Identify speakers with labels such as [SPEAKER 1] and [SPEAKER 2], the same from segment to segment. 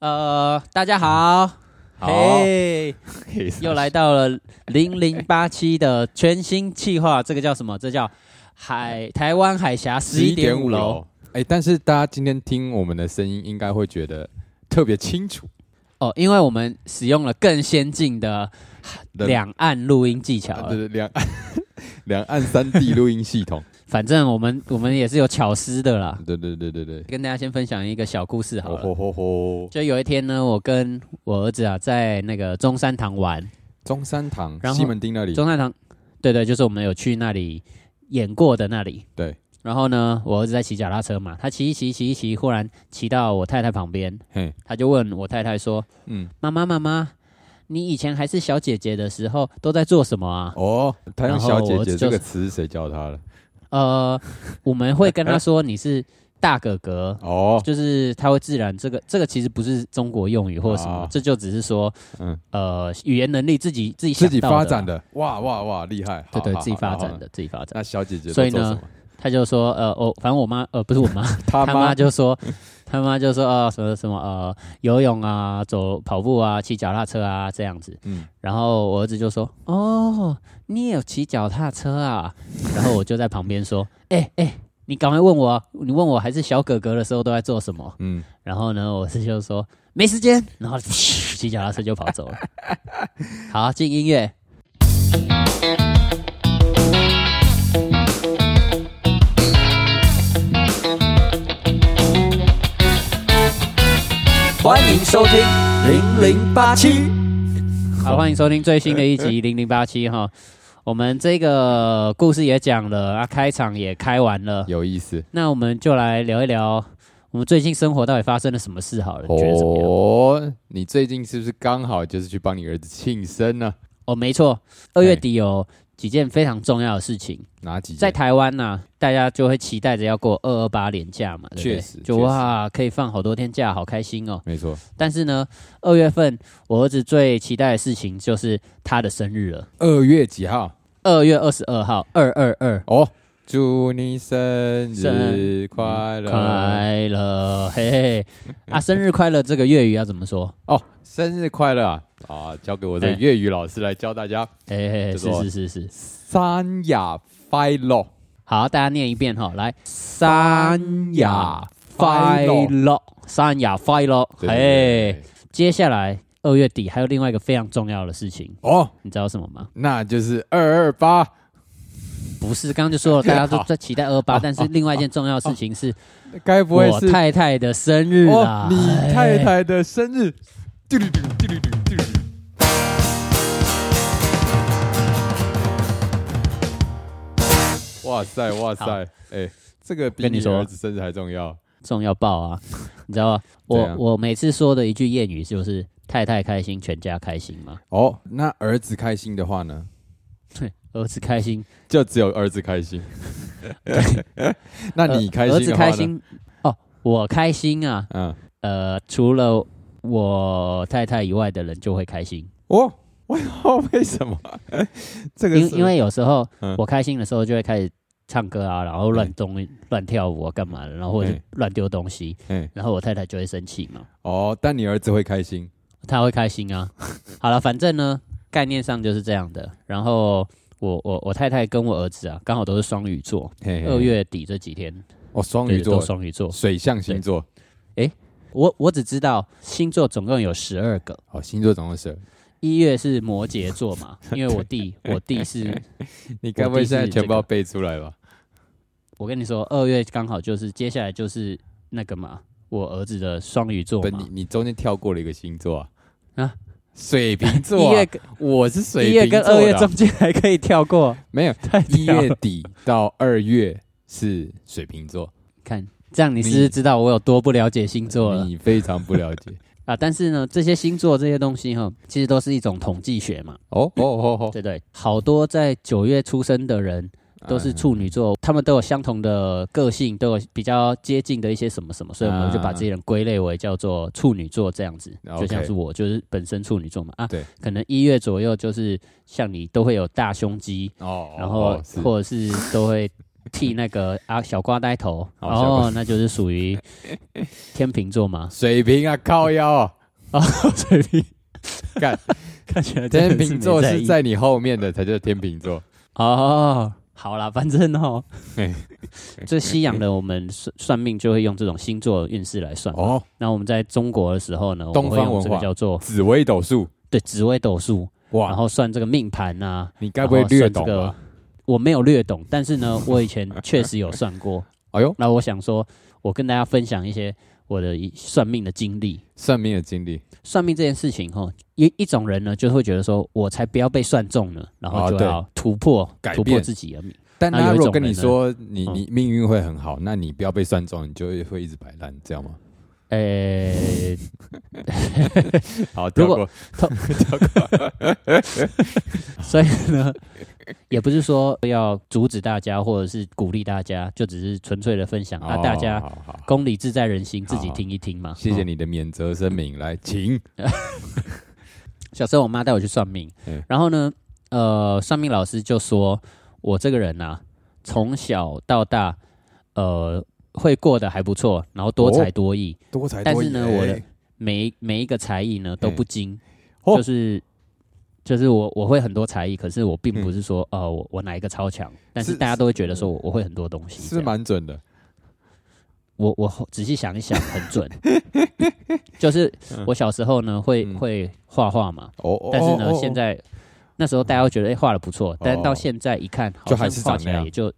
[SPEAKER 1] 呃，大家好，
[SPEAKER 2] 好
[SPEAKER 1] 嘿
[SPEAKER 2] 可以上
[SPEAKER 1] 又来到了零零八七的全新计划，这个叫什么？这叫海台湾海峡十一点
[SPEAKER 2] 11.5
[SPEAKER 1] 五楼。。
[SPEAKER 2] 哎、但是大家今天听我们的声音，应该会觉得特别清楚。
[SPEAKER 1] 哦，因为我们使用了更先进的
[SPEAKER 2] 人
[SPEAKER 1] 两岸录音技巧
[SPEAKER 2] 啊
[SPEAKER 1] 了
[SPEAKER 2] 对对，两 岸两岸三地录音系统。
[SPEAKER 1] 反正我们我们也是有巧思的啦。
[SPEAKER 2] 对对对对对。
[SPEAKER 1] 跟大家先分享一个小故事好啊
[SPEAKER 2] 吼
[SPEAKER 1] 了。
[SPEAKER 2] 吼吼吼！
[SPEAKER 1] 就有一天呢，我跟我儿子啊，在那个中山堂玩。
[SPEAKER 2] 中山堂
[SPEAKER 1] 然后
[SPEAKER 2] 西门町那里，
[SPEAKER 1] 中山堂，对对，就是我们有去那里演过的那里。
[SPEAKER 2] 对。
[SPEAKER 1] 然后呢，我儿子在骑脚踏车嘛，他骑一骑骑一骑，忽然骑到我太太旁边，
[SPEAKER 2] 嘿，
[SPEAKER 1] 他就问我太太说
[SPEAKER 2] 嗯，：“
[SPEAKER 1] 妈妈，妈妈，你以前还是小姐姐的时候都在做什么啊
[SPEAKER 2] 哦，他用
[SPEAKER 1] 然后
[SPEAKER 2] 小姐
[SPEAKER 1] 我
[SPEAKER 2] 姐
[SPEAKER 1] 就
[SPEAKER 2] 这个词是谁教他的？？”
[SPEAKER 1] 呃，我们会跟他说你是大哥哥，
[SPEAKER 2] 哦，
[SPEAKER 1] 就是他会自然。这个这个其实不是中国用语或者什么，
[SPEAKER 2] 啊
[SPEAKER 1] 这就只是说，
[SPEAKER 2] 嗯
[SPEAKER 1] 呃，语言能力自己自己
[SPEAKER 2] 自己
[SPEAKER 1] 想到
[SPEAKER 2] 发展
[SPEAKER 1] 的啊，
[SPEAKER 2] 的，哇哇哇，厉害！好
[SPEAKER 1] 对对，
[SPEAKER 2] 好
[SPEAKER 1] 自己
[SPEAKER 2] 好
[SPEAKER 1] 发
[SPEAKER 2] 然后
[SPEAKER 1] 展
[SPEAKER 2] 呢
[SPEAKER 1] 的，自己发展的。
[SPEAKER 2] 那小姐姐都
[SPEAKER 1] 所以
[SPEAKER 2] 做
[SPEAKER 1] 呢
[SPEAKER 2] 什么，
[SPEAKER 1] 他就说，呃，我反正我妈，呃，不是我妈，
[SPEAKER 2] 他
[SPEAKER 1] 他妈就说，他妈就说，呃，什么什么，呃，游泳啊，走跑步啊，骑脚踏车啊，这样子。
[SPEAKER 2] 嗯，
[SPEAKER 1] 然后我儿子就说，哦，你也有骑脚踏车啊？然后我就在旁边说， 哎哎、你赶快问我，你问我还是小哥哥的时候都在做什么？
[SPEAKER 2] 嗯，
[SPEAKER 1] 然后呢，我是就说没时间，然后骑脚踏车就跑走了。好，进音乐。
[SPEAKER 3] 欢迎收听零零八七。
[SPEAKER 1] 好，欢迎收听最新的一
[SPEAKER 2] 哎
[SPEAKER 1] 集零零八七哈。我们这个故事也讲了啊，开场也开完了，
[SPEAKER 2] 有意思。
[SPEAKER 1] 那我们就来聊一聊我们最近生活到底发生了什么事好了，你觉得怎么样？
[SPEAKER 2] 哦，你最近是不是刚好就是去帮你儿子庆生呢？
[SPEAKER 1] 哦，没错，二月底有几件非常重要的事情，
[SPEAKER 2] 哪几件
[SPEAKER 1] 在台湾呐、大家就会期待着要过二二八连假嘛，对不对
[SPEAKER 2] 确实
[SPEAKER 1] 就
[SPEAKER 2] 确实
[SPEAKER 1] 哇，可以放好多天假，好开心哦。
[SPEAKER 2] 没错，
[SPEAKER 1] 但是呢，二月份我儿子最期待的事情就是他的生日了，
[SPEAKER 2] 二月几号？
[SPEAKER 1] 二月二十二号，二二二。
[SPEAKER 2] 哦，祝你生日
[SPEAKER 1] 生
[SPEAKER 2] 快乐！
[SPEAKER 1] 快乐，嘿嘿 啊！生日快乐这个粤语要怎么说？
[SPEAKER 2] 哦，生日快乐啊！啊，交给我的
[SPEAKER 1] 哎
[SPEAKER 2] 粤语老师来教大家。
[SPEAKER 1] 嘿嘿，是
[SPEAKER 2] 这是我
[SPEAKER 1] 是是是，
[SPEAKER 2] 三亚快乐，
[SPEAKER 1] 好，大家念一遍哈，来，三亚快乐，三亚快乐，
[SPEAKER 2] 对对对
[SPEAKER 1] 嘿
[SPEAKER 2] 对。对
[SPEAKER 1] 接下来二月底还有另外一个非常重要的事情，
[SPEAKER 2] 哦，
[SPEAKER 1] 你知道什么吗？
[SPEAKER 2] 那就是二二八
[SPEAKER 1] 不是，刚刚就说了，大家都
[SPEAKER 2] 好
[SPEAKER 1] 在期待二 八，但是另外一件重要的事情是
[SPEAKER 2] 该 不会
[SPEAKER 1] 我
[SPEAKER 2] 是
[SPEAKER 1] 太太的生日
[SPEAKER 2] 哦
[SPEAKER 1] 啦，
[SPEAKER 2] 你
[SPEAKER 1] 哎。
[SPEAKER 2] 太太的生日？嘟噜嘟噜嘟噜嘟噜嘟噜哇塞哇
[SPEAKER 1] 好
[SPEAKER 2] 塞！哎，这个比
[SPEAKER 1] 跟你
[SPEAKER 2] 哎你
[SPEAKER 1] 说
[SPEAKER 2] 儿子生日还重要。
[SPEAKER 1] 重要爆啊！你知道吗？
[SPEAKER 2] 对
[SPEAKER 1] 我、
[SPEAKER 2] 啊
[SPEAKER 1] 我每次说的一句谚语就是“太太开心，全家开心”嘛。
[SPEAKER 2] 哦，那儿子开心的话呢，
[SPEAKER 1] 对，儿子开心，
[SPEAKER 2] 就只有儿子开心。 那你开心
[SPEAKER 1] 呃儿子
[SPEAKER 2] 的话呢
[SPEAKER 1] 开，心哦，我开心啊。
[SPEAKER 2] 嗯，
[SPEAKER 1] 呃，除了我太太以外的人就会开心，
[SPEAKER 2] 哦，为为什么？ 这个
[SPEAKER 1] 因为
[SPEAKER 2] 是
[SPEAKER 1] 因为有时候
[SPEAKER 2] 嗯
[SPEAKER 1] 我开心的时候就会开始唱歌啊，然后乱动乱跳舞啊，干嘛的，然后或者是
[SPEAKER 2] 嗯
[SPEAKER 1] 乱丢东西，
[SPEAKER 2] 嗯
[SPEAKER 1] 然后我太太就会生气嘛，
[SPEAKER 2] 哦，但你儿子会开心
[SPEAKER 1] 她会开心 啊。好了，反正呢，概念上就是这样的。然后我我我太太跟我儿子啊，刚好都是双鱼座，
[SPEAKER 2] 嘿嘿嘿
[SPEAKER 1] 二月底这几天
[SPEAKER 2] 哦，双
[SPEAKER 1] 对
[SPEAKER 2] 鱼
[SPEAKER 1] 都
[SPEAKER 2] 座，
[SPEAKER 1] 双鱼座。
[SPEAKER 2] 水象星座
[SPEAKER 1] 我我只知道星座总共有十二个，
[SPEAKER 2] 哦，星座总 共是。
[SPEAKER 1] 一月是摩羯座 嘛，因为我弟，我弟是，
[SPEAKER 2] 你该不会现在
[SPEAKER 1] 我弟是
[SPEAKER 2] 全部要
[SPEAKER 1] 这个
[SPEAKER 2] 背出来吧？
[SPEAKER 1] 我跟你说，二月刚好就是接下来就是那个嘛，我儿子的双鱼座
[SPEAKER 2] 不，你
[SPEAKER 1] 嘛，
[SPEAKER 2] 你中间跳过了一个星座啊，
[SPEAKER 1] 啊
[SPEAKER 2] 水瓶座
[SPEAKER 1] 一
[SPEAKER 2] 啊、
[SPEAKER 1] 月
[SPEAKER 2] 我是
[SPEAKER 1] 跟一
[SPEAKER 2] 水
[SPEAKER 1] 月
[SPEAKER 2] 瓶座
[SPEAKER 1] 跟
[SPEAKER 2] 的啊
[SPEAKER 1] 二月中间还可以跳过，
[SPEAKER 2] 没 有，
[SPEAKER 1] 太
[SPEAKER 2] 一
[SPEAKER 1] 屌
[SPEAKER 2] 月
[SPEAKER 1] 了
[SPEAKER 2] 底到二月是水瓶座，
[SPEAKER 1] 看这样你是不是知道我有多不了解星座了
[SPEAKER 2] 你非常不了 解。
[SPEAKER 1] 啊？但是呢，这些星座这些东西哈，其实都是一种统计学嘛，
[SPEAKER 2] 哦哦哦啊哦，
[SPEAKER 1] 对不对？好多在九月出生的人都
[SPEAKER 2] 嗯
[SPEAKER 1] 是处女座，他们都有相同的个性，都有比较接近的一些什么什么，所以我们就把这些人归类为叫做处女座这样子，
[SPEAKER 2] 啊
[SPEAKER 1] 就像
[SPEAKER 2] 嗯 OK
[SPEAKER 1] 是我就是本身处女座嘛啊，
[SPEAKER 2] 对，
[SPEAKER 1] 可能一月左右就是像你都会有大胸肌，
[SPEAKER 2] 嗯哦，
[SPEAKER 1] 然后
[SPEAKER 2] 哦是
[SPEAKER 1] 或者是都会剃那 个啊小瓜呆头，
[SPEAKER 2] 好小瓜。
[SPEAKER 1] 哦，那就是属于天秤座嘛
[SPEAKER 2] 水瓶啊，靠腰啊，
[SPEAKER 1] 啊，水 瓶
[SPEAKER 2] 干
[SPEAKER 1] 看起来 真
[SPEAKER 2] 天
[SPEAKER 1] 的
[SPEAKER 2] 秤
[SPEAKER 1] 没
[SPEAKER 2] 座是
[SPEAKER 1] 意
[SPEAKER 2] 在你后面的才叫天秤座。
[SPEAKER 1] 哦，好啦，反正哦
[SPEAKER 2] 嘿，
[SPEAKER 1] 这西洋的我们算算命就会用这种星座运势来算。
[SPEAKER 2] 哦，
[SPEAKER 1] 那我们在中国的时候呢，我
[SPEAKER 2] 东
[SPEAKER 1] 们
[SPEAKER 2] 方
[SPEAKER 1] 会用这
[SPEAKER 2] 文
[SPEAKER 1] 个
[SPEAKER 2] 化
[SPEAKER 1] 叫做
[SPEAKER 2] 紫微斗数，
[SPEAKER 1] 对紫微斗数，然
[SPEAKER 2] 哇，
[SPEAKER 1] 后算这个命盘呐、
[SPEAKER 2] 你该不会略懂
[SPEAKER 1] 然后算
[SPEAKER 2] 吧？
[SPEAKER 1] 我没有略懂，但是呢， 我以前确实有算过。
[SPEAKER 2] 哎呦，
[SPEAKER 1] 那我想说，我跟大家分享一些我的一算命的经历。
[SPEAKER 2] 算命的经历，
[SPEAKER 1] 算命这件事情，哈，一一种人呢，就会觉得说，我才不要被算中呢，然后
[SPEAKER 2] 哦
[SPEAKER 1] 就
[SPEAKER 2] 对
[SPEAKER 1] 要突破、
[SPEAKER 2] 改
[SPEAKER 1] 突破
[SPEAKER 2] 变
[SPEAKER 1] 自己的命。
[SPEAKER 2] 但
[SPEAKER 1] 那
[SPEAKER 2] 他
[SPEAKER 1] 有一
[SPEAKER 2] 如果
[SPEAKER 1] 种
[SPEAKER 2] 跟
[SPEAKER 1] 人
[SPEAKER 2] 你
[SPEAKER 1] 呢
[SPEAKER 2] 说你
[SPEAKER 1] 嗯
[SPEAKER 2] 你命运会很好，那你不要被算中，你就会会一直摆烂，这样吗？
[SPEAKER 1] 呃、
[SPEAKER 2] 好，
[SPEAKER 1] 如
[SPEAKER 2] 跳
[SPEAKER 1] 果
[SPEAKER 2] 过
[SPEAKER 1] 所以呢，也不是说要阻止大家，或者是鼓励大家，就只是纯粹的分享。那、
[SPEAKER 2] 哦
[SPEAKER 1] 大家
[SPEAKER 2] 好好好
[SPEAKER 1] 公理自在人心，自己
[SPEAKER 2] 好
[SPEAKER 1] 听一听嘛。
[SPEAKER 2] 谢谢
[SPEAKER 1] 嗯。
[SPEAKER 2] 你的免责声明，来，请
[SPEAKER 1] 小时候我妈带我去算命
[SPEAKER 2] 嗯，
[SPEAKER 1] 然后呢，呃，算命老师就说我这个人啊，从小到大，呃，会过得还不错，然后多
[SPEAKER 2] 哦
[SPEAKER 1] 才多艺，
[SPEAKER 2] 多才
[SPEAKER 1] 但是呢，我的
[SPEAKER 2] 哎
[SPEAKER 1] 每一每一个才艺呢都不精，
[SPEAKER 2] 哦
[SPEAKER 1] 就是。就是我我会很多才艺，可是我并不是说、呃我我哪一个超强，但是
[SPEAKER 2] 是
[SPEAKER 1] 大家都会觉得说我我会很多东西，这
[SPEAKER 2] 是
[SPEAKER 1] 样
[SPEAKER 2] 蛮准的，
[SPEAKER 1] 我我仔细想一想，很 准。就是我小时候呢，会、
[SPEAKER 2] 嗯
[SPEAKER 1] 会画画嘛，
[SPEAKER 2] 哦哦，
[SPEAKER 1] 但是呢，
[SPEAKER 2] 哦哦哦
[SPEAKER 1] 现在那时候大家会觉得哎画的不错，但是到现在一看，好
[SPEAKER 2] 就
[SPEAKER 1] 像
[SPEAKER 2] 还是
[SPEAKER 1] 画
[SPEAKER 2] 长
[SPEAKER 1] 起
[SPEAKER 2] 那
[SPEAKER 1] 来
[SPEAKER 2] 样
[SPEAKER 1] 也就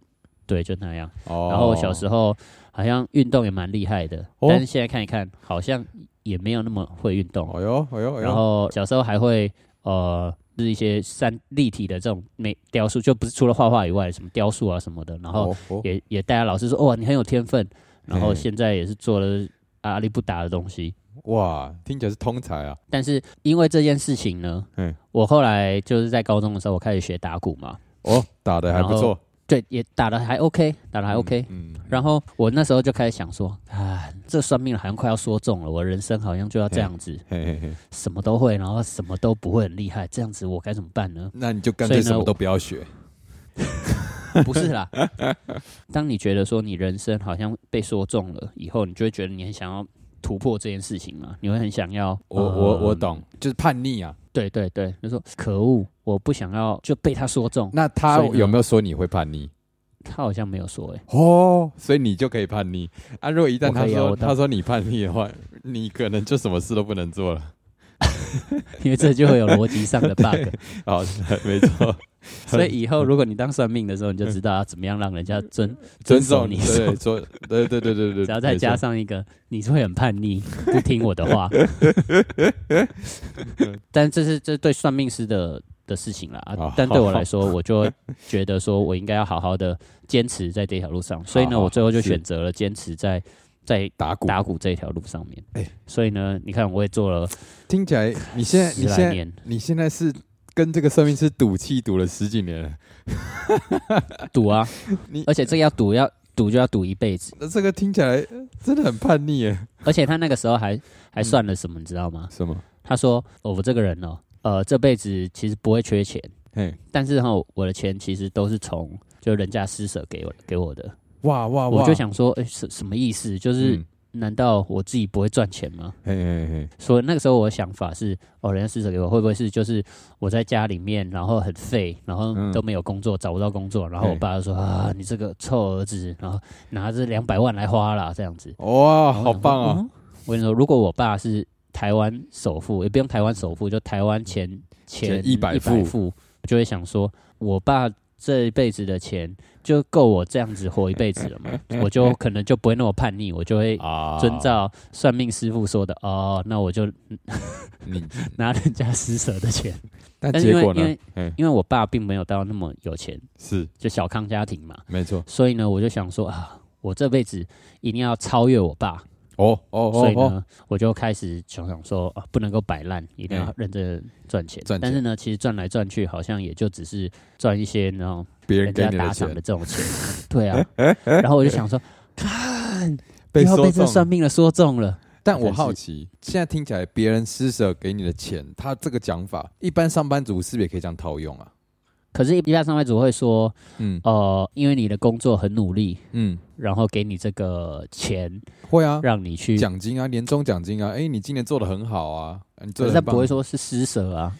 [SPEAKER 1] 对就那样。
[SPEAKER 2] 哦
[SPEAKER 1] 然后小时候好像运动也蛮厉害的，
[SPEAKER 2] 哦
[SPEAKER 1] 但是现在看一看，好像也没有那么会运动。
[SPEAKER 2] 哎呦哎呦哎
[SPEAKER 1] 然
[SPEAKER 2] 呦，
[SPEAKER 1] 后小时候还会呃。就是一些三立体的这种美雕塑，就不是除了画画以外，什么雕塑啊什么的。然后
[SPEAKER 2] 哦嗯哦
[SPEAKER 1] 也也大家老师说，哇，你很有天分，然后
[SPEAKER 2] 嘿
[SPEAKER 1] 现在也是做了阿里不达的东西。
[SPEAKER 2] 哇，听起来是通才啊，
[SPEAKER 1] 但是因为这件事情呢
[SPEAKER 2] 嗯，
[SPEAKER 1] 我后来就是在高中的时候，我开始学打鼓嘛，
[SPEAKER 2] 哦，打的还不错，
[SPEAKER 1] 对，也打的还 OK，打的还 OK、
[SPEAKER 2] 嗯，嗯
[SPEAKER 1] 然后我那时候就开始想说，啊，这算命好像快要说中了，我人生好像就
[SPEAKER 2] 嗯
[SPEAKER 1] 要这样子，
[SPEAKER 2] 嘿嘿嘿，？
[SPEAKER 1] 什么都会，然后什么都不会很厉害，这样子我该怎么办呢
[SPEAKER 2] 那你就干
[SPEAKER 1] 所以
[SPEAKER 2] 脆
[SPEAKER 1] 呢
[SPEAKER 2] 什么
[SPEAKER 1] 我
[SPEAKER 2] 都不要学，
[SPEAKER 1] 不是啦，当你觉得说你人生好像被说中了以后，你就会觉得你很想要突破这件事情嘛，你会很想要，
[SPEAKER 2] 我我我
[SPEAKER 1] 嗯
[SPEAKER 2] 懂，就是叛逆啊。
[SPEAKER 1] 对对对，就说可恶，我不想要就被他说中。
[SPEAKER 2] 那他
[SPEAKER 1] 所以呢
[SPEAKER 2] 有没有说你会叛逆？
[SPEAKER 1] 他好像没有说哎、
[SPEAKER 2] 哦，所以你就可以叛逆啊！如果一旦
[SPEAKER 1] 我
[SPEAKER 2] 他
[SPEAKER 1] 可以啊
[SPEAKER 2] 说、
[SPEAKER 1] 我当
[SPEAKER 2] 他说你叛逆的话，你可能就什么事都不能做了。
[SPEAKER 1] 因为这就会有逻辑上的 bug。
[SPEAKER 2] 好，没错，
[SPEAKER 1] 所以以后如果你当算命的时候，你就知道要怎么样让人家尊，
[SPEAKER 2] 尊
[SPEAKER 1] 遵守
[SPEAKER 2] 重
[SPEAKER 1] 你
[SPEAKER 2] 对说，对对对对对，
[SPEAKER 1] 只要再
[SPEAKER 2] 没错
[SPEAKER 1] 加上一个你是会很叛 逆，不听我的话。但这是这对算命师的的事情啦、啊
[SPEAKER 2] 好
[SPEAKER 1] 但对我来说，我就觉得说我应该要好好的坚持在这条路上。所以呢，
[SPEAKER 2] 好
[SPEAKER 1] 我最后就是选择了坚持在在
[SPEAKER 2] 打鼓，
[SPEAKER 1] 打鼓这条路上面。
[SPEAKER 2] 哎
[SPEAKER 1] 所以呢，你看我也做了
[SPEAKER 2] 听起来你现在
[SPEAKER 1] 十
[SPEAKER 2] 你
[SPEAKER 1] 来
[SPEAKER 2] 现在
[SPEAKER 1] 年
[SPEAKER 2] 你现在是跟这个算命师赌气赌了十几年了，
[SPEAKER 1] 赌啊
[SPEAKER 2] 你，
[SPEAKER 1] 而且这个要赌要赌就要赌一辈子。
[SPEAKER 2] 那这个听起来真的很叛逆耶。
[SPEAKER 1] 而且他那个时候还还算了什么，你知道吗？
[SPEAKER 2] 什么？
[SPEAKER 1] 他说：“哦，我这个人哦，呃，这辈子其实不会缺钱，
[SPEAKER 2] 嘿，
[SPEAKER 1] 但是哈、我的钱其实都是从就人家施舍给我给我的。
[SPEAKER 2] 哇哇哇！
[SPEAKER 1] 我就想说，哎，什什么意思？就是、
[SPEAKER 2] 嗯，
[SPEAKER 1] 难道我自己不会赚钱吗？
[SPEAKER 2] 嘿嘿嘿，
[SPEAKER 1] 所以那个时候我的想法是，哦，人家施舍给我，会不会是就是我在家里面，然后很废，然后
[SPEAKER 2] 嗯
[SPEAKER 1] 都没有工作，找不到工作，然后我
[SPEAKER 2] 对
[SPEAKER 1] 爸就说啊，你这个臭儿子，然后拿这两百万来花啦，这样子。”
[SPEAKER 2] 哇，好棒
[SPEAKER 1] 啊！
[SPEAKER 2] 哦！
[SPEAKER 1] 嗯我跟你说，如果我爸是台湾首富，也不用台湾首富，就台湾前前
[SPEAKER 2] 前100
[SPEAKER 1] 富，
[SPEAKER 2] 富
[SPEAKER 1] 我就会想说，我爸这一辈子的钱就够我这样子活一辈子了嘛， 我就可能就不会那么叛逆，我就会。
[SPEAKER 2] 啊
[SPEAKER 1] 遵照算命师傅说的哦，那我就
[SPEAKER 2] 你，
[SPEAKER 1] 拿人家施舍的 钱，
[SPEAKER 2] 但
[SPEAKER 1] 但是因
[SPEAKER 2] 结
[SPEAKER 1] 为
[SPEAKER 2] 果
[SPEAKER 1] 因
[SPEAKER 2] 呢
[SPEAKER 1] 为？
[SPEAKER 2] 嗯，
[SPEAKER 1] 因为我爸并没有到那么有钱，
[SPEAKER 2] 是
[SPEAKER 1] 就小康家庭嘛，
[SPEAKER 2] 没错。
[SPEAKER 1] 所以呢，我就想说啊，我这辈子一定要超越我爸，
[SPEAKER 2] 哦哦
[SPEAKER 1] 所以
[SPEAKER 2] 哦哦，
[SPEAKER 1] 呢，我就开始想想说，啊、不能够摆烂，一定要
[SPEAKER 2] 嗯
[SPEAKER 1] 认真赚钱。
[SPEAKER 2] 赚钱
[SPEAKER 1] 但是呢，其实赚来赚去，好像也就只是赚一些然后
[SPEAKER 2] 别
[SPEAKER 1] 人
[SPEAKER 2] 人给
[SPEAKER 1] 家
[SPEAKER 2] 你
[SPEAKER 1] 打
[SPEAKER 2] 的
[SPEAKER 1] 赏的
[SPEAKER 2] 钱
[SPEAKER 1] 这种钱。 对啊，然后我就想说，看又要
[SPEAKER 2] 说
[SPEAKER 1] 被这
[SPEAKER 2] 中
[SPEAKER 1] 算，命的说中了。
[SPEAKER 2] 但我
[SPEAKER 1] 但是
[SPEAKER 2] 好奇，现在听起来别人施舍给你的钱，他这个讲法，一般上班族是不是也可以这样套用啊？
[SPEAKER 1] 可是，一般上班族会说，
[SPEAKER 2] 嗯
[SPEAKER 1] 呃，因为你的工作很努力，
[SPEAKER 2] 嗯，
[SPEAKER 1] 然后给你这个钱，
[SPEAKER 2] 会啊，
[SPEAKER 1] 让你去，
[SPEAKER 2] 奖金啊，年终奖金啊，哎，你今年做的很好啊，你做
[SPEAKER 1] 可
[SPEAKER 2] 的
[SPEAKER 1] 是他不会，说是施舍啊。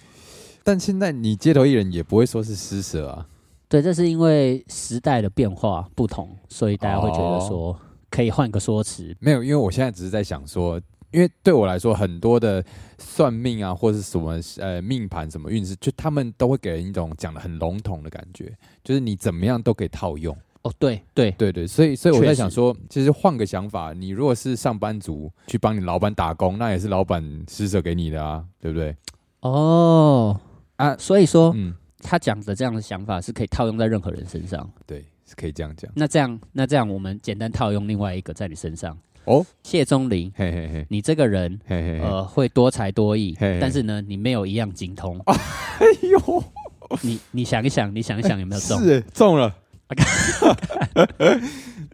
[SPEAKER 2] 但现在你街头艺人也不会说是施舍啊，
[SPEAKER 1] 对，这是因为时代的变化不同，所以大家会觉
[SPEAKER 2] 哦
[SPEAKER 1] 得说可以换个说辞。
[SPEAKER 2] 没有，因为我现在只是在想说，因为对我来说，很多的算命啊，或是什么呃命盘、什么运势，就他们都会给人一种讲的很笼统的感觉，就是你怎么样都可以套用。
[SPEAKER 1] 哦，对对，
[SPEAKER 2] 对对，所以所以我
[SPEAKER 1] 确
[SPEAKER 2] 在
[SPEAKER 1] 实
[SPEAKER 2] 想说，其实换个想法，你如果是上班族去帮你老板打工，那也是老板施舍给你的啊，对不对？
[SPEAKER 1] 哦
[SPEAKER 2] 啊
[SPEAKER 1] 所以说、
[SPEAKER 2] 嗯，
[SPEAKER 1] 他讲的这样的想法是可以套用在任何人身上。
[SPEAKER 2] 对，是可以这样讲。
[SPEAKER 1] 那这样，那这样，我们简单套用另外一个在你身上，
[SPEAKER 2] 哦，
[SPEAKER 1] 谢钟林，
[SPEAKER 2] 嘿嘿嘿，
[SPEAKER 1] 你这个人。
[SPEAKER 2] 嘿嘿嘿，
[SPEAKER 1] 呃，会多才多艺，
[SPEAKER 2] 嘿嘿
[SPEAKER 1] 但是呢，你没有一样精通。
[SPEAKER 2] 哎呦，
[SPEAKER 1] 你你想一想，你想一想有没有中？啊
[SPEAKER 2] 是欸中了。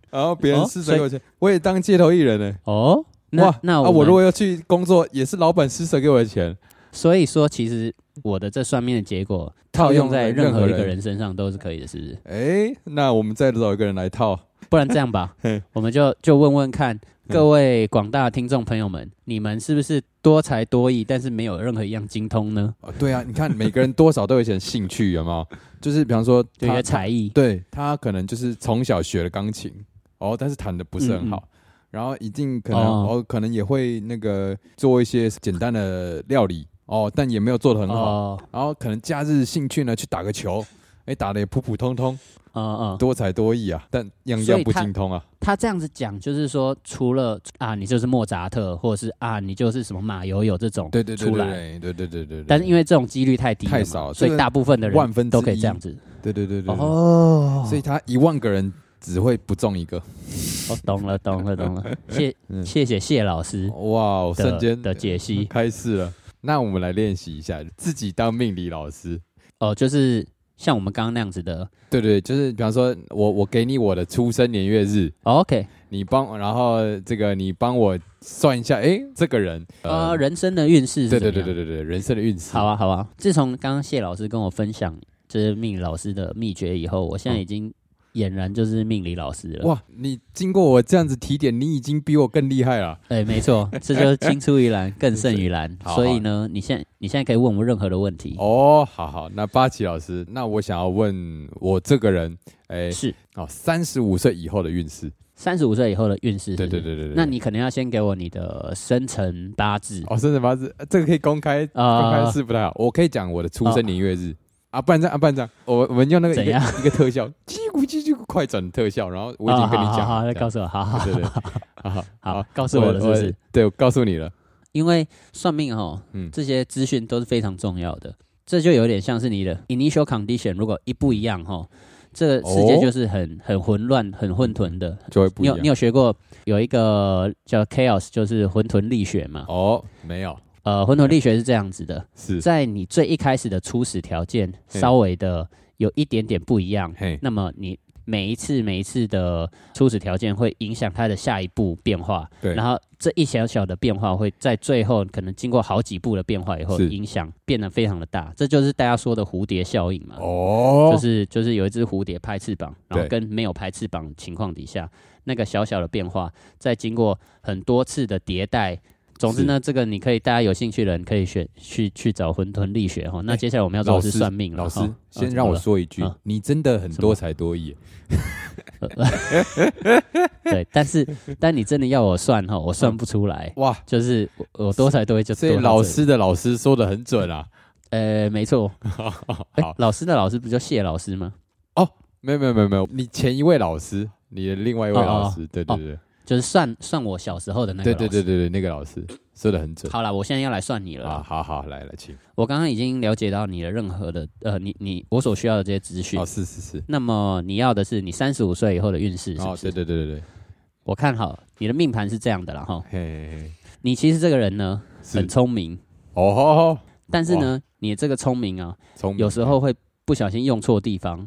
[SPEAKER 2] 然后别人
[SPEAKER 1] 哦
[SPEAKER 2] 施
[SPEAKER 1] 所
[SPEAKER 2] 舍
[SPEAKER 1] 以
[SPEAKER 2] 给我钱，我也当街头艺人呢。
[SPEAKER 1] 哦，
[SPEAKER 2] 哇
[SPEAKER 1] 那，那
[SPEAKER 2] 啊、
[SPEAKER 1] 我,、
[SPEAKER 2] 我如果要去工作，也是老板施舍给我的钱。
[SPEAKER 1] 所以说，其实我的这算命的结果套
[SPEAKER 2] 套
[SPEAKER 1] 用
[SPEAKER 2] 用
[SPEAKER 1] 在
[SPEAKER 2] 在
[SPEAKER 1] 任何
[SPEAKER 2] 任何
[SPEAKER 1] 一个
[SPEAKER 2] 人
[SPEAKER 1] 人身上都是可以的，是不是？
[SPEAKER 2] 哎，那我们再找一个人来套。
[SPEAKER 1] 不然这样吧
[SPEAKER 2] 嘿，
[SPEAKER 1] 我们就就问问看
[SPEAKER 2] 嗯
[SPEAKER 1] 各位广大听众朋友们，你们是不是多才多艺，但是没有任何一样精通呢？
[SPEAKER 2] 哦对啊，你看每个人多少都有一点兴趣，有没有？就是比方说
[SPEAKER 1] 有一
[SPEAKER 2] 他
[SPEAKER 1] 些才艺，
[SPEAKER 2] 对他可能就是从小学了钢琴，哦，但是弹的不是很好，然后一定可能
[SPEAKER 1] 嗯哦
[SPEAKER 2] 哦可能也会那个做一些简单的料理，哦，但也没有做的很好，
[SPEAKER 1] 哦，
[SPEAKER 2] 然后可能假日兴趣呢去打个球，哎，打的也普普通通，
[SPEAKER 1] 嗯嗯，
[SPEAKER 2] 多才多艺啊，但样
[SPEAKER 1] 所
[SPEAKER 2] 样
[SPEAKER 1] 以
[SPEAKER 2] 不
[SPEAKER 1] 他
[SPEAKER 2] 精通啊，
[SPEAKER 1] 他这样子讲，就是说，除了啊，你就是莫扎特，或者是啊，你就是什么马友友这种，
[SPEAKER 2] 对对对
[SPEAKER 1] 出
[SPEAKER 2] 对
[SPEAKER 1] 来。
[SPEAKER 2] 对对对对对，
[SPEAKER 1] 但是因为这种几率太低了嘛
[SPEAKER 2] 太少
[SPEAKER 1] 所
[SPEAKER 2] 这
[SPEAKER 1] 以
[SPEAKER 2] 个
[SPEAKER 1] 大部分的
[SPEAKER 2] 万
[SPEAKER 1] 人
[SPEAKER 2] 分之
[SPEAKER 1] 都可以
[SPEAKER 2] 一
[SPEAKER 1] 这样子。
[SPEAKER 2] 对对对对对
[SPEAKER 1] 哦
[SPEAKER 2] 所以他一万个人只会不中一个。
[SPEAKER 1] 哦，懂了，懂了，懂 了。谢
[SPEAKER 2] 嗯
[SPEAKER 1] 谢谢谢老师
[SPEAKER 2] 哇，我瞬
[SPEAKER 1] 的
[SPEAKER 2] 间
[SPEAKER 1] 的解析
[SPEAKER 2] 开始了。那我们来练习一下自己当命理老师。
[SPEAKER 1] 哦，就是像我们刚刚那样子的。
[SPEAKER 2] 对对，就是比方说我我给你我的出生年月日，
[SPEAKER 1] 哦 OK，
[SPEAKER 2] 你帮，然后这个你帮我算一下，哎，这个人，
[SPEAKER 1] 呃，人生的运势是
[SPEAKER 2] 对
[SPEAKER 1] 怎么
[SPEAKER 2] 对
[SPEAKER 1] 样
[SPEAKER 2] 对对对对，人生的运势。
[SPEAKER 1] 好，啊，好啊。自从刚刚谢老师跟我分享就是命理老师的秘诀以后，我现在已经俨然就是命理老师了。
[SPEAKER 2] 哇，你经过我这样子提点，你已经比我更厉害了。
[SPEAKER 1] 对，哎没 错，这就是青出于蓝更胜于蓝。
[SPEAKER 2] 好
[SPEAKER 1] 所以呢，你现在你现在可以问我们任何的问题。
[SPEAKER 2] 哦，好好，那八旗老师，那我想要问我这个人，哎，
[SPEAKER 1] 是
[SPEAKER 2] 哦，三十五岁以后的运势。
[SPEAKER 1] 三十五岁以后的运势。是
[SPEAKER 2] 对
[SPEAKER 1] 不
[SPEAKER 2] 对
[SPEAKER 1] 是。
[SPEAKER 2] 对对对。
[SPEAKER 1] 那你可能要先给我你的生辰八字。
[SPEAKER 2] 哦，生辰八字，呃这个可以公开，
[SPEAKER 1] 啊
[SPEAKER 2] 公开是不太好。我可以讲我的出生年月日、啊，不然这样啊，不然这样，我我们用那个
[SPEAKER 1] 怎
[SPEAKER 2] 一个
[SPEAKER 1] 样
[SPEAKER 2] 一个特效，叽咕叽咕快转特效，然后我已经跟你
[SPEAKER 1] 哦好
[SPEAKER 2] 讲，
[SPEAKER 1] 好好，那
[SPEAKER 2] 了，
[SPEAKER 1] 告诉我，好好
[SPEAKER 2] 对对对，好好
[SPEAKER 1] 好，告诉我了，是不是？？
[SPEAKER 2] 对，我告诉你了，
[SPEAKER 1] 因为算命哈，
[SPEAKER 2] 嗯
[SPEAKER 1] 这些资讯都是非常重要的，这就有点像是你的 initial condition，如果一不一样哈，这个世界
[SPEAKER 2] 哦
[SPEAKER 1] 就是很很混乱、很混沌的。
[SPEAKER 2] 就会不
[SPEAKER 1] 你
[SPEAKER 2] 一
[SPEAKER 1] 有
[SPEAKER 2] 样。
[SPEAKER 1] 你有学过有一个叫 chaos，就是混沌力学嘛？
[SPEAKER 2] 哦，没有，
[SPEAKER 1] 呃，混沌力学是这样子的，
[SPEAKER 2] 是，
[SPEAKER 1] 在你最一开始的初始条件
[SPEAKER 2] 嘿
[SPEAKER 1] 稍微的有一点点不一样，
[SPEAKER 2] 嘿，
[SPEAKER 1] 那么你每一次每一次的初始条件会影响它的下一步变化，
[SPEAKER 2] 对
[SPEAKER 1] 然后这一小小的变化会在最后可能经过好几步的变化以后，
[SPEAKER 2] 是
[SPEAKER 1] 影响变得非常的大，这就是大家说的蝴蝶效应嘛。
[SPEAKER 2] 哦，
[SPEAKER 1] 啊就是就是有一只蝴蝶拍翅膀，然后
[SPEAKER 2] 对
[SPEAKER 1] 跟没有拍翅膀的情况底下，那个小小的变化，再经过很多次的迭代。总之呢，这个你可以，大家有兴趣的人可以选去去找混沌力学哈。那
[SPEAKER 2] 哎
[SPEAKER 1] 接下来我们要做
[SPEAKER 2] 老
[SPEAKER 1] 的是
[SPEAKER 2] 师
[SPEAKER 1] 算命了
[SPEAKER 2] 老师
[SPEAKER 1] 哈，
[SPEAKER 2] 先
[SPEAKER 1] 啊
[SPEAKER 2] 让我
[SPEAKER 1] 怎么了
[SPEAKER 2] 说一句
[SPEAKER 1] 啊，
[SPEAKER 2] 你真的很多才多艺。
[SPEAKER 1] 对，但是但你真的要我算哈，我算不出来，
[SPEAKER 2] 哇，
[SPEAKER 1] 就是我我多才多艺就
[SPEAKER 2] 所
[SPEAKER 1] 多到
[SPEAKER 2] 以老
[SPEAKER 1] 这里
[SPEAKER 2] 师的老师说的很准啊。
[SPEAKER 1] 呃没 错，
[SPEAKER 2] 好好
[SPEAKER 1] 哎、
[SPEAKER 2] 好，
[SPEAKER 1] 老师的老师不就谢老师吗？
[SPEAKER 2] 没有没有没有没有，你前一位老师，你的另外一位
[SPEAKER 1] 哦哦
[SPEAKER 2] 老师，对对
[SPEAKER 1] 哦
[SPEAKER 2] 对。
[SPEAKER 1] 就是算算我小时候的那个
[SPEAKER 2] 对
[SPEAKER 1] 老师。
[SPEAKER 2] 对对对对，那个老师说的很准
[SPEAKER 1] 好啦，我现在要来算你了啦。
[SPEAKER 2] 啊，好好来来，请
[SPEAKER 1] 我刚刚已经了解到你的任何的呃，你你我所需要的这些资讯。
[SPEAKER 2] 哦，是是是，
[SPEAKER 1] 那么你要的是你三十五岁以后的运势，是不
[SPEAKER 2] 哦，
[SPEAKER 1] 是？
[SPEAKER 2] 对对对对对，
[SPEAKER 1] 我看好你的命盘是这样的啦哈。
[SPEAKER 2] 嘿嘿嘿，
[SPEAKER 1] 你其实这个人呢
[SPEAKER 2] 是
[SPEAKER 1] 很聪明，
[SPEAKER 2] 哦吼吼，
[SPEAKER 1] 但是呢，你这个聪明啊，
[SPEAKER 2] 从
[SPEAKER 1] 有时候会不小心用错地方。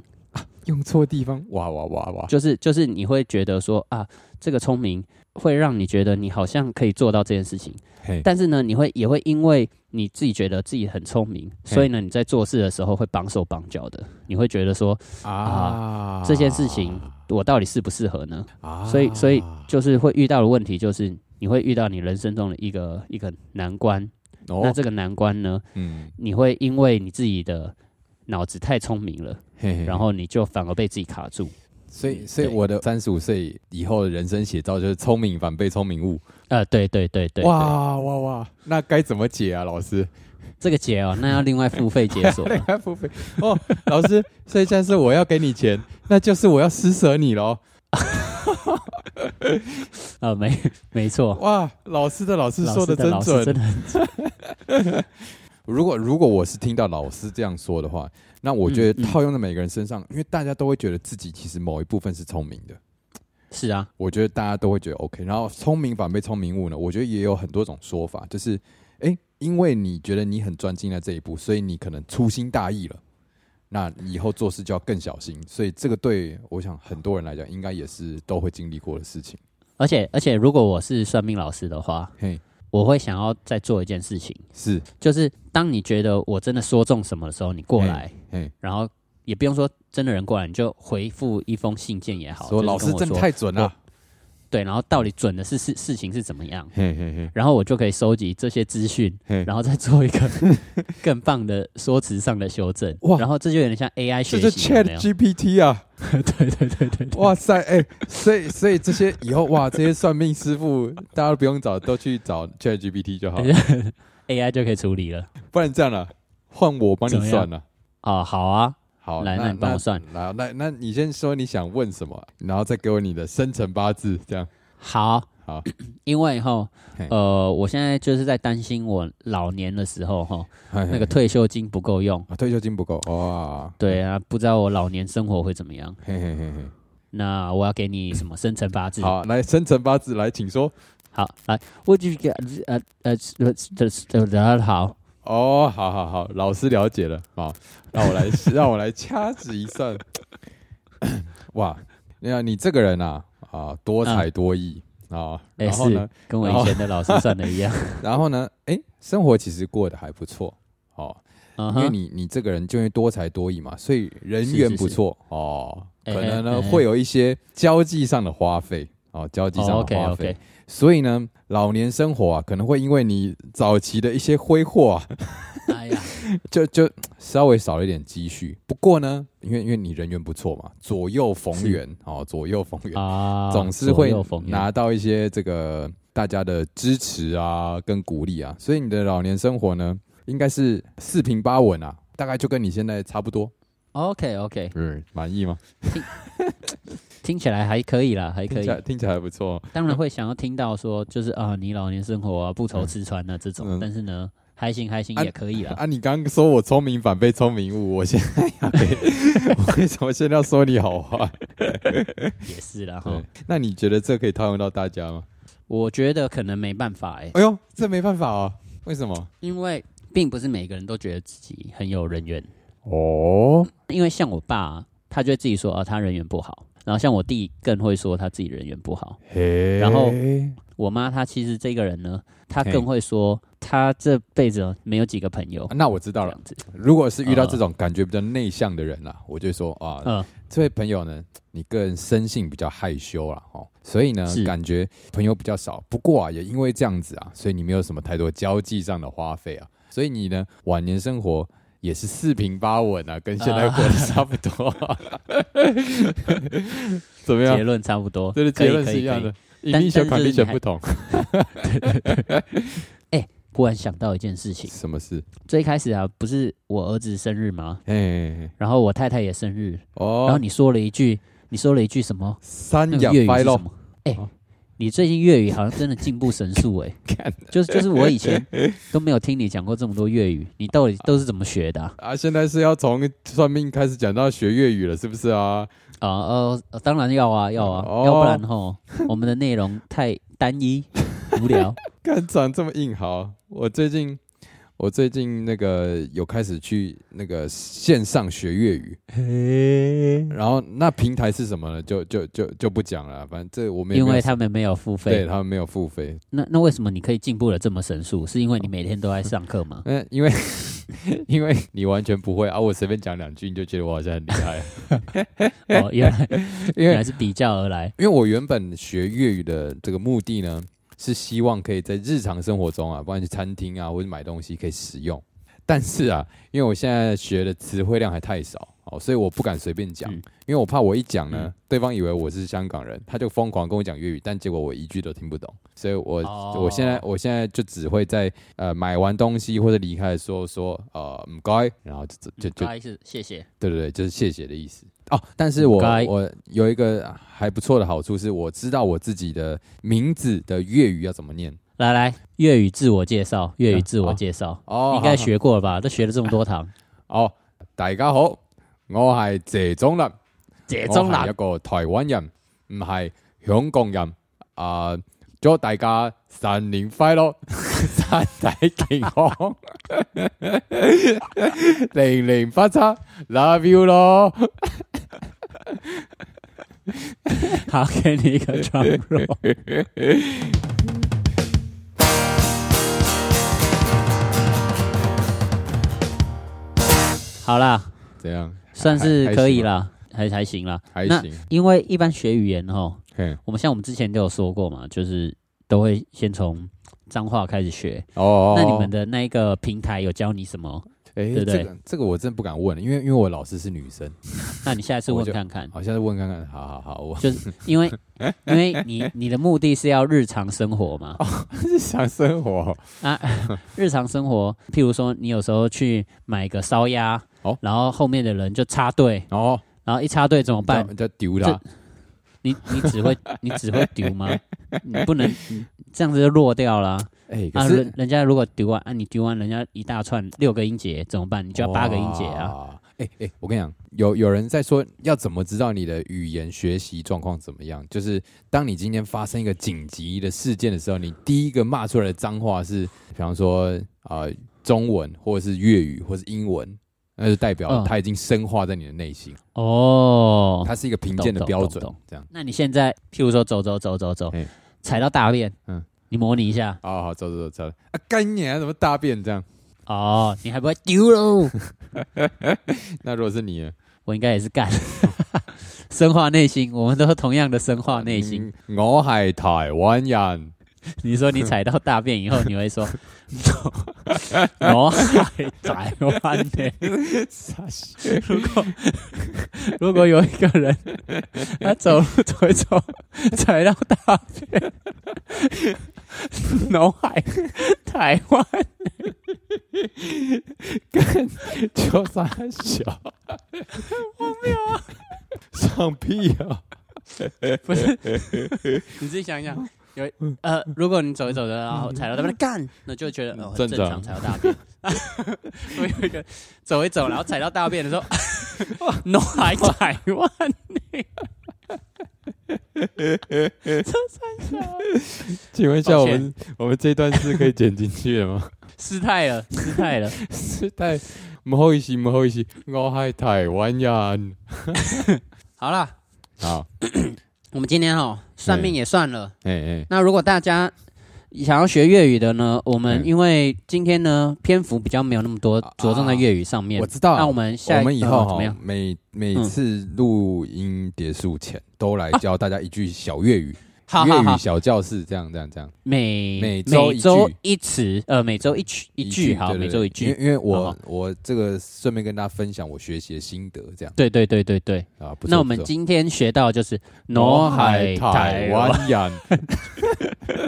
[SPEAKER 2] 用错地方，哇哇哇哇，
[SPEAKER 1] 啊就是就是你会觉得说啊，这个聪明会让你觉得你好像可以做到这件事情，
[SPEAKER 2] 嘿，
[SPEAKER 1] 但是呢，你会也会因为你自己觉得自己很聪明，
[SPEAKER 2] 嘿
[SPEAKER 1] 所以呢，你在做事的时候会绑手绑脚的，你会觉得说
[SPEAKER 2] 啊
[SPEAKER 1] 这件事情我到底适不适合呢？
[SPEAKER 2] 啊
[SPEAKER 1] 所以，所以就是会遇到的问题就是你会遇到你人生中的一个一个难关。那
[SPEAKER 2] 哦，
[SPEAKER 1] 这个难关呢，
[SPEAKER 2] 嗯，
[SPEAKER 1] 你会因为你自己的脑子太聪明了，
[SPEAKER 2] 嘿嘿
[SPEAKER 1] 然后你就反而被自己卡住。
[SPEAKER 2] 所以，所以
[SPEAKER 1] 对
[SPEAKER 2] 我的三十五岁以后的人生写照就是聪明反被聪明误。
[SPEAKER 1] 呃，对对对对，对
[SPEAKER 2] 哇哇哇！那该怎么解啊，老师？
[SPEAKER 1] 这个解哦，那要另外付费解 锁了。
[SPEAKER 2] 该付费哦，老师，所以现在是我要给你钱，那就是我要施舍你喽。
[SPEAKER 1] 呃，没没错，
[SPEAKER 2] 哇，老师的老师
[SPEAKER 1] 老
[SPEAKER 2] 说
[SPEAKER 1] 师
[SPEAKER 2] 得真
[SPEAKER 1] 老师
[SPEAKER 2] 准。
[SPEAKER 1] 真的很
[SPEAKER 2] 如果如果我是听到老师这样说的话，那我觉得
[SPEAKER 1] 嗯嗯
[SPEAKER 2] 套用在每个人身上，因为大家都会觉得自己其实某一部分是聪明的。
[SPEAKER 1] 是啊，
[SPEAKER 2] 我觉得大家都会觉得 OK。然后聪明反被聪明误呢，我觉得也有很多种说法，就是诶，因为你觉得你很专精在这一步，所以你可能粗心大意了。那你以后做事就要更小心，所以这个对我想很多人来讲，应该也是都会经历过的事情。
[SPEAKER 1] 而且而且，如果我是算命老师的话，
[SPEAKER 2] 嘿，
[SPEAKER 1] 我会想要再做一件事情，
[SPEAKER 2] 是，
[SPEAKER 1] 就是当你觉得我真的说中什么的时候，你过来，
[SPEAKER 2] 嘿，
[SPEAKER 1] 然后也不用说真的人过来，你就回复一封信件也好，
[SPEAKER 2] 说
[SPEAKER 1] 就是
[SPEAKER 2] 老师
[SPEAKER 1] 跟我
[SPEAKER 2] 真的
[SPEAKER 1] 说哦
[SPEAKER 2] 太准了，
[SPEAKER 1] 对，然后到底准的是事事情是怎么样，
[SPEAKER 2] 嘿嘿嘿，
[SPEAKER 1] 然后我就可以收集这些资讯，
[SPEAKER 2] 嘿
[SPEAKER 1] 然后再做一 个更棒的说辞上的修正。
[SPEAKER 2] 哇
[SPEAKER 1] 然后这就有点像 AI
[SPEAKER 2] 这
[SPEAKER 1] 学
[SPEAKER 2] 就
[SPEAKER 1] 习，有没
[SPEAKER 2] Chat
[SPEAKER 1] 有？
[SPEAKER 2] GPT 啊！
[SPEAKER 1] 对对对对对，
[SPEAKER 2] 哇塞，哎、所以所以这些以后哇，这些算命师 傅大家都不用找，都去找 Chat GPT 就好
[SPEAKER 1] 哎
[SPEAKER 2] 了，
[SPEAKER 1] ，AI 就可以处理了。
[SPEAKER 2] 不然这样了，换我帮
[SPEAKER 1] 怎
[SPEAKER 2] 你
[SPEAKER 1] 么样
[SPEAKER 2] 算了。啊
[SPEAKER 1] 哦，好啊，
[SPEAKER 2] 好，
[SPEAKER 1] 来那你帮我算。
[SPEAKER 2] 那那那你先说你想问什么，然后再给我你的生辰八字，这样
[SPEAKER 1] 好，
[SPEAKER 2] 好。
[SPEAKER 1] 因为哈
[SPEAKER 2] 嘿，
[SPEAKER 1] 呃，我现在就是在担心我老年的时候哈，
[SPEAKER 2] 那
[SPEAKER 1] 那个退休金不够用。
[SPEAKER 2] 啊退休金不够哇，
[SPEAKER 1] 对啊，不知道我老年生活会怎么样。
[SPEAKER 2] 嘿嘿嘿嘿。
[SPEAKER 1] 那我要给你什么生辰八字？
[SPEAKER 2] 好，来生辰八字来，请说。
[SPEAKER 1] 好，来，我就给呃呃呃呃呃呃好，
[SPEAKER 2] 哦，好好好，老师了解了。好，让我来让我来掐指一 算。哇，那你这个人啊啊，多才多艺啊。
[SPEAKER 1] 哎
[SPEAKER 2] 然后呢，
[SPEAKER 1] 跟我
[SPEAKER 2] 然后
[SPEAKER 1] 以前的老师算的一样。
[SPEAKER 2] 然后呢，哎，生活其实过得还不错。哦，
[SPEAKER 1] 嗯
[SPEAKER 2] 因为
[SPEAKER 1] 哼，
[SPEAKER 2] 你你这个人就因为多才多艺嘛，所以人
[SPEAKER 1] 是
[SPEAKER 2] 缘
[SPEAKER 1] 是
[SPEAKER 2] 不
[SPEAKER 1] 是
[SPEAKER 2] 错哦。
[SPEAKER 1] 哎
[SPEAKER 2] 可
[SPEAKER 1] 哎
[SPEAKER 2] 能
[SPEAKER 1] 哎
[SPEAKER 2] 呢会有一些交际上的花费哦，交际上的
[SPEAKER 1] OK
[SPEAKER 2] 花
[SPEAKER 1] OK
[SPEAKER 2] 费。。所以呢，老年生活啊，可能会因为你早期的一些挥霍啊，
[SPEAKER 1] 哎呀，
[SPEAKER 2] 就就稍微少了一点积蓄。不过呢，因为因为你人缘不错嘛，左右逢
[SPEAKER 1] 是
[SPEAKER 2] 源哦，左右逢源，
[SPEAKER 1] 啊，
[SPEAKER 2] 总是
[SPEAKER 1] 左
[SPEAKER 2] 会
[SPEAKER 1] 右逢源
[SPEAKER 2] 拿到一些这个大家的支持啊，跟鼓励啊，所以你的老年生活呢，应该是四平八稳啊，大概就跟你现在差不多。
[SPEAKER 1] OK OK，
[SPEAKER 2] 嗯，满意吗？
[SPEAKER 1] 听起来还可以啦，还可
[SPEAKER 2] 听
[SPEAKER 1] 以
[SPEAKER 2] 起。来听起来还不错。哦
[SPEAKER 1] 当然会想要听到说，就是啊，你老年生活啊，不愁吃穿啊这
[SPEAKER 2] 嗯
[SPEAKER 1] 种，但是呢，开心开心
[SPEAKER 2] 啊
[SPEAKER 1] 也可以 啦。
[SPEAKER 2] 啊，你刚刚说我聪明反被聪明误，我现在 要给，我为什么现在要说你 好话？
[SPEAKER 1] 也是啦哈
[SPEAKER 2] 对。，那你觉得这可以套用到大家吗？
[SPEAKER 1] 我觉得可能没办法哎、
[SPEAKER 2] 哎呦，这没办法哦，为什么？
[SPEAKER 1] 因为并不是每个人都觉得自己很有人缘。
[SPEAKER 2] 哦，
[SPEAKER 1] 因为像我爸、他就会自己说啊，他人缘不好。然后像我弟更会说他自己人缘不好。
[SPEAKER 2] 嘿
[SPEAKER 1] 然后我妈她其实这个人呢，她
[SPEAKER 2] 嘿
[SPEAKER 1] 更会说她这辈子哦没有几个朋友。
[SPEAKER 2] 啊那我知
[SPEAKER 1] 这
[SPEAKER 2] 道了
[SPEAKER 1] 样。子，
[SPEAKER 2] 如果是遇到这种感觉比较内向的人啦、我就说啊，
[SPEAKER 1] 啊嗯、
[SPEAKER 2] 这位朋友呢，你个人生性比较害羞啦，哦，所以呢，
[SPEAKER 1] 是
[SPEAKER 2] 感觉朋友比较少。不过啊，也因为这样子啊，所以你没有什么太多交际上的花费啊，所以你呢，晚年生活也是四平八稳啊，跟现在过得差不多。 怎么
[SPEAKER 1] 结
[SPEAKER 2] 样？
[SPEAKER 1] 论差不多，
[SPEAKER 2] 这个
[SPEAKER 1] 可以
[SPEAKER 2] 啊结论
[SPEAKER 1] 可
[SPEAKER 2] 是
[SPEAKER 1] 以
[SPEAKER 2] 一样
[SPEAKER 1] 可以
[SPEAKER 2] 的。
[SPEAKER 1] 但但
[SPEAKER 2] initial
[SPEAKER 1] 是你
[SPEAKER 2] condition
[SPEAKER 1] 还
[SPEAKER 2] 不同，
[SPEAKER 1] 忽然想到一件事情，
[SPEAKER 2] 什么事？
[SPEAKER 1] 最开始啊，不是我儿子生日吗？
[SPEAKER 2] 哎哎，哎
[SPEAKER 1] 然后我太太也生日，然后
[SPEAKER 2] 哦，
[SPEAKER 1] 你说了一句，你说了一句什么？
[SPEAKER 2] 三
[SPEAKER 1] 那个
[SPEAKER 2] 养
[SPEAKER 1] 粤语
[SPEAKER 2] 掰
[SPEAKER 1] 是
[SPEAKER 2] 咯
[SPEAKER 1] 什，么？哎、
[SPEAKER 2] 哦
[SPEAKER 1] 你最近粤语好像真的进步神速 哎、
[SPEAKER 2] 看
[SPEAKER 1] 就是就是我以前都没有听你讲过这么多粤语，你
[SPEAKER 2] 哦
[SPEAKER 1] 到底都是怎么学的啊？
[SPEAKER 2] 啊！现在是要从算命开始讲到学粤语了，是不是啊？
[SPEAKER 1] 啊呃，呃当然要啊要啊，
[SPEAKER 2] 哦
[SPEAKER 1] 要不然吼，我们的内 容太单一无聊。
[SPEAKER 2] 干长这么硬好，我最近我最近那个有开始去那个线上学粤语，
[SPEAKER 1] 嘿，
[SPEAKER 2] 然后那平台是什么呢？就就就就不讲了，反正这我们也
[SPEAKER 1] 因
[SPEAKER 2] 没有
[SPEAKER 1] 为他们没有付
[SPEAKER 2] 对
[SPEAKER 1] 费。
[SPEAKER 2] 他们没有付费，？
[SPEAKER 1] 那那为什么你可以进步的这么神速？是因为你每天都在上课吗
[SPEAKER 2] 嗯，因为因为你完全不会啊，我随便讲两句你就觉得我好像很厉害，
[SPEAKER 1] 哦，原来
[SPEAKER 2] 因
[SPEAKER 1] 原
[SPEAKER 2] 为
[SPEAKER 1] 来是比较而来。
[SPEAKER 2] 因为我原本学粤语的这个目的呢，是希望可以在日常生活中啊，不管去餐厅啊或者买东西可以使用。但是啊，因为我现在学的词汇量还太少，哦，所以我不敢随便讲，
[SPEAKER 1] 嗯
[SPEAKER 2] 因为我怕我一讲呢，
[SPEAKER 1] 嗯
[SPEAKER 2] 对方以为我是香港人，他就疯狂跟我讲粤语，但结果我一句都听不懂。所以我、
[SPEAKER 1] 哦
[SPEAKER 2] 我现在我现在就只会在呃买完东西或者离开的时候说呃唔该，然后就就就
[SPEAKER 1] 该是谢谢。
[SPEAKER 2] 对对对，就是谢谢的意思。哦，但是我
[SPEAKER 1] 应该
[SPEAKER 2] 我有一个还不错的好处是，我知道我自己的名字的粤语要怎么念。
[SPEAKER 1] 来来，粤语自我介绍，粤语自
[SPEAKER 2] 啊
[SPEAKER 1] 我
[SPEAKER 2] 哦
[SPEAKER 1] 介绍，
[SPEAKER 2] 哦
[SPEAKER 1] 应该学过了吧？都学了这么多堂，
[SPEAKER 2] 哦。大家好，我係謝宗立，
[SPEAKER 1] 这
[SPEAKER 2] 我
[SPEAKER 1] 中
[SPEAKER 2] 係一
[SPEAKER 1] 南
[SPEAKER 2] 個台灣人，唔係香港人。啊、祝大家新年快樂， 身體健康， 年年發財，love you 咯。
[SPEAKER 1] 好，给你一个 drum roll。好啦，
[SPEAKER 2] 怎样？
[SPEAKER 1] 算是
[SPEAKER 2] 还
[SPEAKER 1] 可以，啦，还还行啦。
[SPEAKER 2] 还
[SPEAKER 1] 那
[SPEAKER 2] 行吗，
[SPEAKER 1] 因为一般学语言哈，
[SPEAKER 2] 还行。嘿
[SPEAKER 1] 我们像我们之前都有说过嘛，就是都会先从脏话开始学。
[SPEAKER 2] 哦哦，哦
[SPEAKER 1] 那你们的那一个平台有教你什么？
[SPEAKER 2] 哎、
[SPEAKER 1] 对不对
[SPEAKER 2] 这个这个我真不敢问，因为因为我老师是女生，
[SPEAKER 1] 那你下次问
[SPEAKER 2] 我就
[SPEAKER 1] 看看。
[SPEAKER 2] 好，下次问看看，好好好，我
[SPEAKER 1] 就是因为
[SPEAKER 2] 哎
[SPEAKER 1] 因为你你的目的是要日常生活嘛，
[SPEAKER 2] 哦日常生活，
[SPEAKER 1] 啊， 日常生活，譬如说你有时候去买个烧鸭，
[SPEAKER 2] 哦
[SPEAKER 1] 然后后面的人就插队，
[SPEAKER 2] 然后
[SPEAKER 1] 然后一插队怎么办？
[SPEAKER 2] 叫丢啦，
[SPEAKER 1] 你你只 会你只会丢吗？你不能你这样子就落掉啦。
[SPEAKER 2] 哎、可
[SPEAKER 1] 啊，
[SPEAKER 2] 是
[SPEAKER 1] 人人家如果丢完，啊你丢完人家一大串六个音节怎么办？你就要八个音节啊。
[SPEAKER 2] 哇！哎、哎、我跟你讲，有有人在说要怎么知道你的语言学习状况怎么样？就是当你今天发生一个紧急的事件的时候，你第一个骂出来的脏话是，比方说啊、呃中文或者是粤语或是英文。那就代表
[SPEAKER 1] 嗯
[SPEAKER 2] 它已经深化在你的内心，
[SPEAKER 1] 哦，
[SPEAKER 2] 它是一个评鉴的
[SPEAKER 1] 懂懂
[SPEAKER 2] 标
[SPEAKER 1] 懂
[SPEAKER 2] 准
[SPEAKER 1] 懂，
[SPEAKER 2] 这样。
[SPEAKER 1] 那你现在譬如说走走走走走
[SPEAKER 2] 嘿，
[SPEAKER 1] 踩到大便，
[SPEAKER 2] 嗯
[SPEAKER 1] 嗯，你模拟一下。
[SPEAKER 2] 哦，好，走走走走啊！干你啊，怎么大便这样？
[SPEAKER 1] 哦，你还不会丢喽？
[SPEAKER 2] 那如果是你呢，
[SPEAKER 1] 我应该也是干， 深化内心，我们都同样的深化内心。
[SPEAKER 2] 嗯我系台湾人，
[SPEAKER 1] 你说你踩到大便以后，你会说我还台湾呢。如果如果有一个人，他走路走一走，踩到大便， 脑海台湾，
[SPEAKER 2] 就三小， 荒谬啊！上屁啊！
[SPEAKER 1] 你自己想一想。有呃，如果你走一走的，然后踩到大便，干，那就觉得哦，
[SPEAKER 2] 正
[SPEAKER 1] 正常
[SPEAKER 2] 常
[SPEAKER 1] 踩到大便。 我有一个走一走，然后踩到大便的时候， 脑海台湾呢？
[SPEAKER 2] 请问一下，
[SPEAKER 1] 抱
[SPEAKER 2] 我
[SPEAKER 1] 歉
[SPEAKER 2] 们我们这一段是可以剪进去的吗？
[SPEAKER 1] 失态了，失态了。
[SPEAKER 2] 是太不好意思，不好意思，我系台湾人。
[SPEAKER 1] 好啦，
[SPEAKER 2] 好，
[SPEAKER 1] 我们今天哦，算命也算了。
[SPEAKER 2] 哎哎，
[SPEAKER 1] 那如果大家想要学粤语的呢，我们
[SPEAKER 2] 嗯
[SPEAKER 1] 因为今天呢篇幅比较没有那么多
[SPEAKER 2] 啊，
[SPEAKER 1] 着重在粤语上面
[SPEAKER 2] 我。知道啊。
[SPEAKER 1] 那我们下一
[SPEAKER 2] 我们以
[SPEAKER 1] 呃
[SPEAKER 2] 后
[SPEAKER 1] 怎么样
[SPEAKER 2] 哈，？每每次录音结束前，都来教大家一句小粤语，
[SPEAKER 1] 好
[SPEAKER 2] 粤
[SPEAKER 1] 好
[SPEAKER 2] 语
[SPEAKER 1] 好，
[SPEAKER 2] 小教室，这样这样这样。
[SPEAKER 1] 每
[SPEAKER 2] 每周一句
[SPEAKER 1] 一词，呃，每周一句一句，好，
[SPEAKER 2] 对对
[SPEAKER 1] 每周一
[SPEAKER 2] 因
[SPEAKER 1] 句
[SPEAKER 2] 为。因为我
[SPEAKER 1] 好好
[SPEAKER 2] 我这个顺便跟大家分享我学习的心得，这样
[SPEAKER 1] 对对对对对。
[SPEAKER 2] 啊，不错
[SPEAKER 1] 那我们
[SPEAKER 2] 不错
[SPEAKER 1] 今天学到就是脑
[SPEAKER 2] 我
[SPEAKER 1] 海
[SPEAKER 2] 系
[SPEAKER 1] 台
[SPEAKER 2] 台
[SPEAKER 1] 湾，
[SPEAKER 2] 湾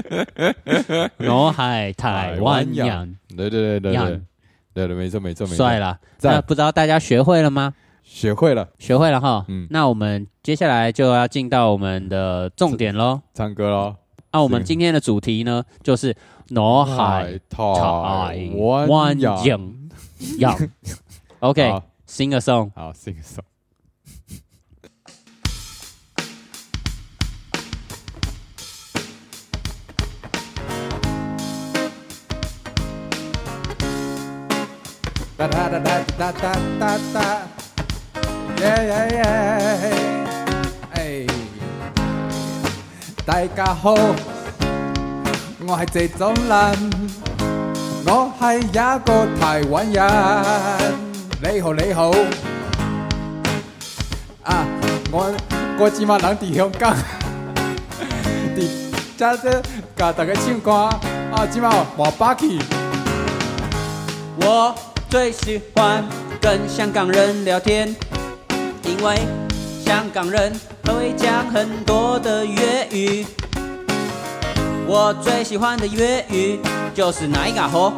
[SPEAKER 2] 人，
[SPEAKER 1] 脑海台湾
[SPEAKER 2] 台湾
[SPEAKER 1] 人，
[SPEAKER 2] 对对对对对
[SPEAKER 1] 人
[SPEAKER 2] 对对，没错没错没错，
[SPEAKER 1] 帅啦。
[SPEAKER 2] 赞
[SPEAKER 1] 那不知道大家学会了吗？
[SPEAKER 2] 学会了
[SPEAKER 1] 学会了哈。
[SPEAKER 2] 嗯
[SPEAKER 1] 那我们接下来就要进到我们的重点喽。
[SPEAKER 2] 唱歌喽，
[SPEAKER 1] 那我们
[SPEAKER 2] 是
[SPEAKER 1] 今天的主题呢，就是脑海
[SPEAKER 2] 台
[SPEAKER 1] 台
[SPEAKER 2] 湾
[SPEAKER 1] 湾
[SPEAKER 2] 人
[SPEAKER 1] 影影。OK，
[SPEAKER 2] 好
[SPEAKER 1] sing a song。
[SPEAKER 2] 好，sing a song。哒哒哒哒哒哒哒哒，耶耶耶，哎，大家好，我係謝宗林，我係一個台灣人，你好你好，啊，我我今晚人喺香港， 伫遮只甲大家唱歌，啊，今晚我巴去。
[SPEAKER 1] 我最喜欢跟香港人聊天，因为香港人都会讲很多的粤语。我最喜欢的粤语就是哪一个啊吼，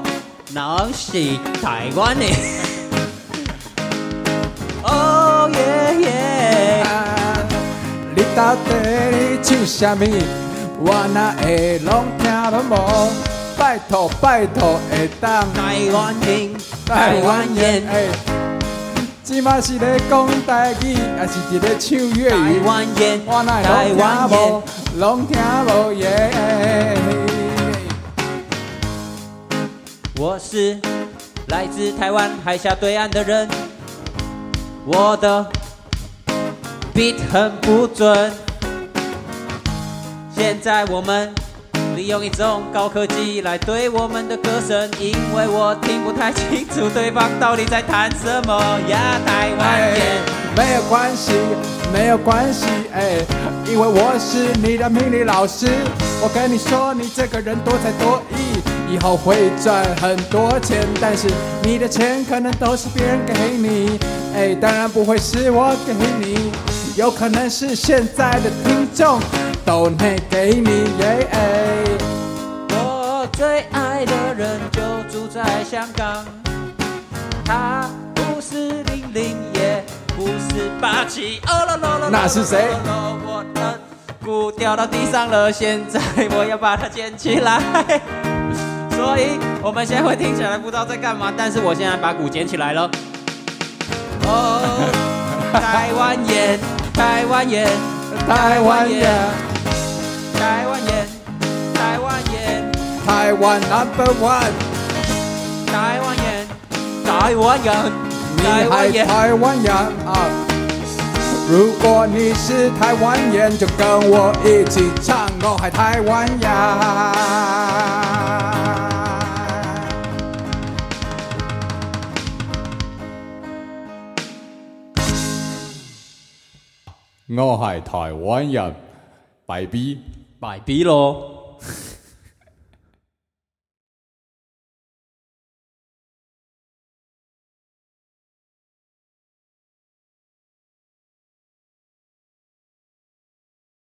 [SPEAKER 1] 那是台湾 的。哦耶耶！
[SPEAKER 2] 啊你到底在唱什么？我哪会拢听得无？拜托拜托，会当
[SPEAKER 1] 台湾人，台湾人，
[SPEAKER 2] 哎，即马是咧讲台语，还是伫咧唱粤
[SPEAKER 1] 台
[SPEAKER 2] 语？
[SPEAKER 1] 湾人，
[SPEAKER 2] 我哪
[SPEAKER 1] 台
[SPEAKER 2] 会
[SPEAKER 1] 湾人
[SPEAKER 2] 拢。听无？拢听无耶！
[SPEAKER 1] 我是来自台湾海峡对岸的人，我的 beat 很不准。现在我们利用一种高科技来对我们的歌声，因为我听不太清楚对方到底在谈什么呀，台湾
[SPEAKER 2] 哎
[SPEAKER 1] 人。，
[SPEAKER 2] 没有关系，没有关系，哎，因为我是你的命理老师，我跟你说，你这个人多才多艺，以后会赚很多钱，但是你的钱可能都是别人给你，哎，当然不会是我给你，哎有可能是现在的听众都内给你，耶，哎。
[SPEAKER 1] 我最爱的人就住在香港，他不是零零，也不是八七，哦喽喽喽，
[SPEAKER 2] 那是谁
[SPEAKER 1] 咯咯咯我的鼓掉到地上了，现在我要把它捡起来。所以我们现在会听起来不知道在干嘛，但是我现在把鼓捡起来了。哦，台湾人，台湾人，
[SPEAKER 2] 台湾人，
[SPEAKER 1] 台湾人，台湾人。
[SPEAKER 2] 台湾 number one，
[SPEAKER 1] 台湾人，台湾人，
[SPEAKER 2] 你
[SPEAKER 1] 台湾
[SPEAKER 2] 还
[SPEAKER 1] 人，
[SPEAKER 2] 台湾人啊！如果你是台湾人，就跟我一起唱《我还台湾人》。我係台灣人，b 弊
[SPEAKER 1] 摆逼喽！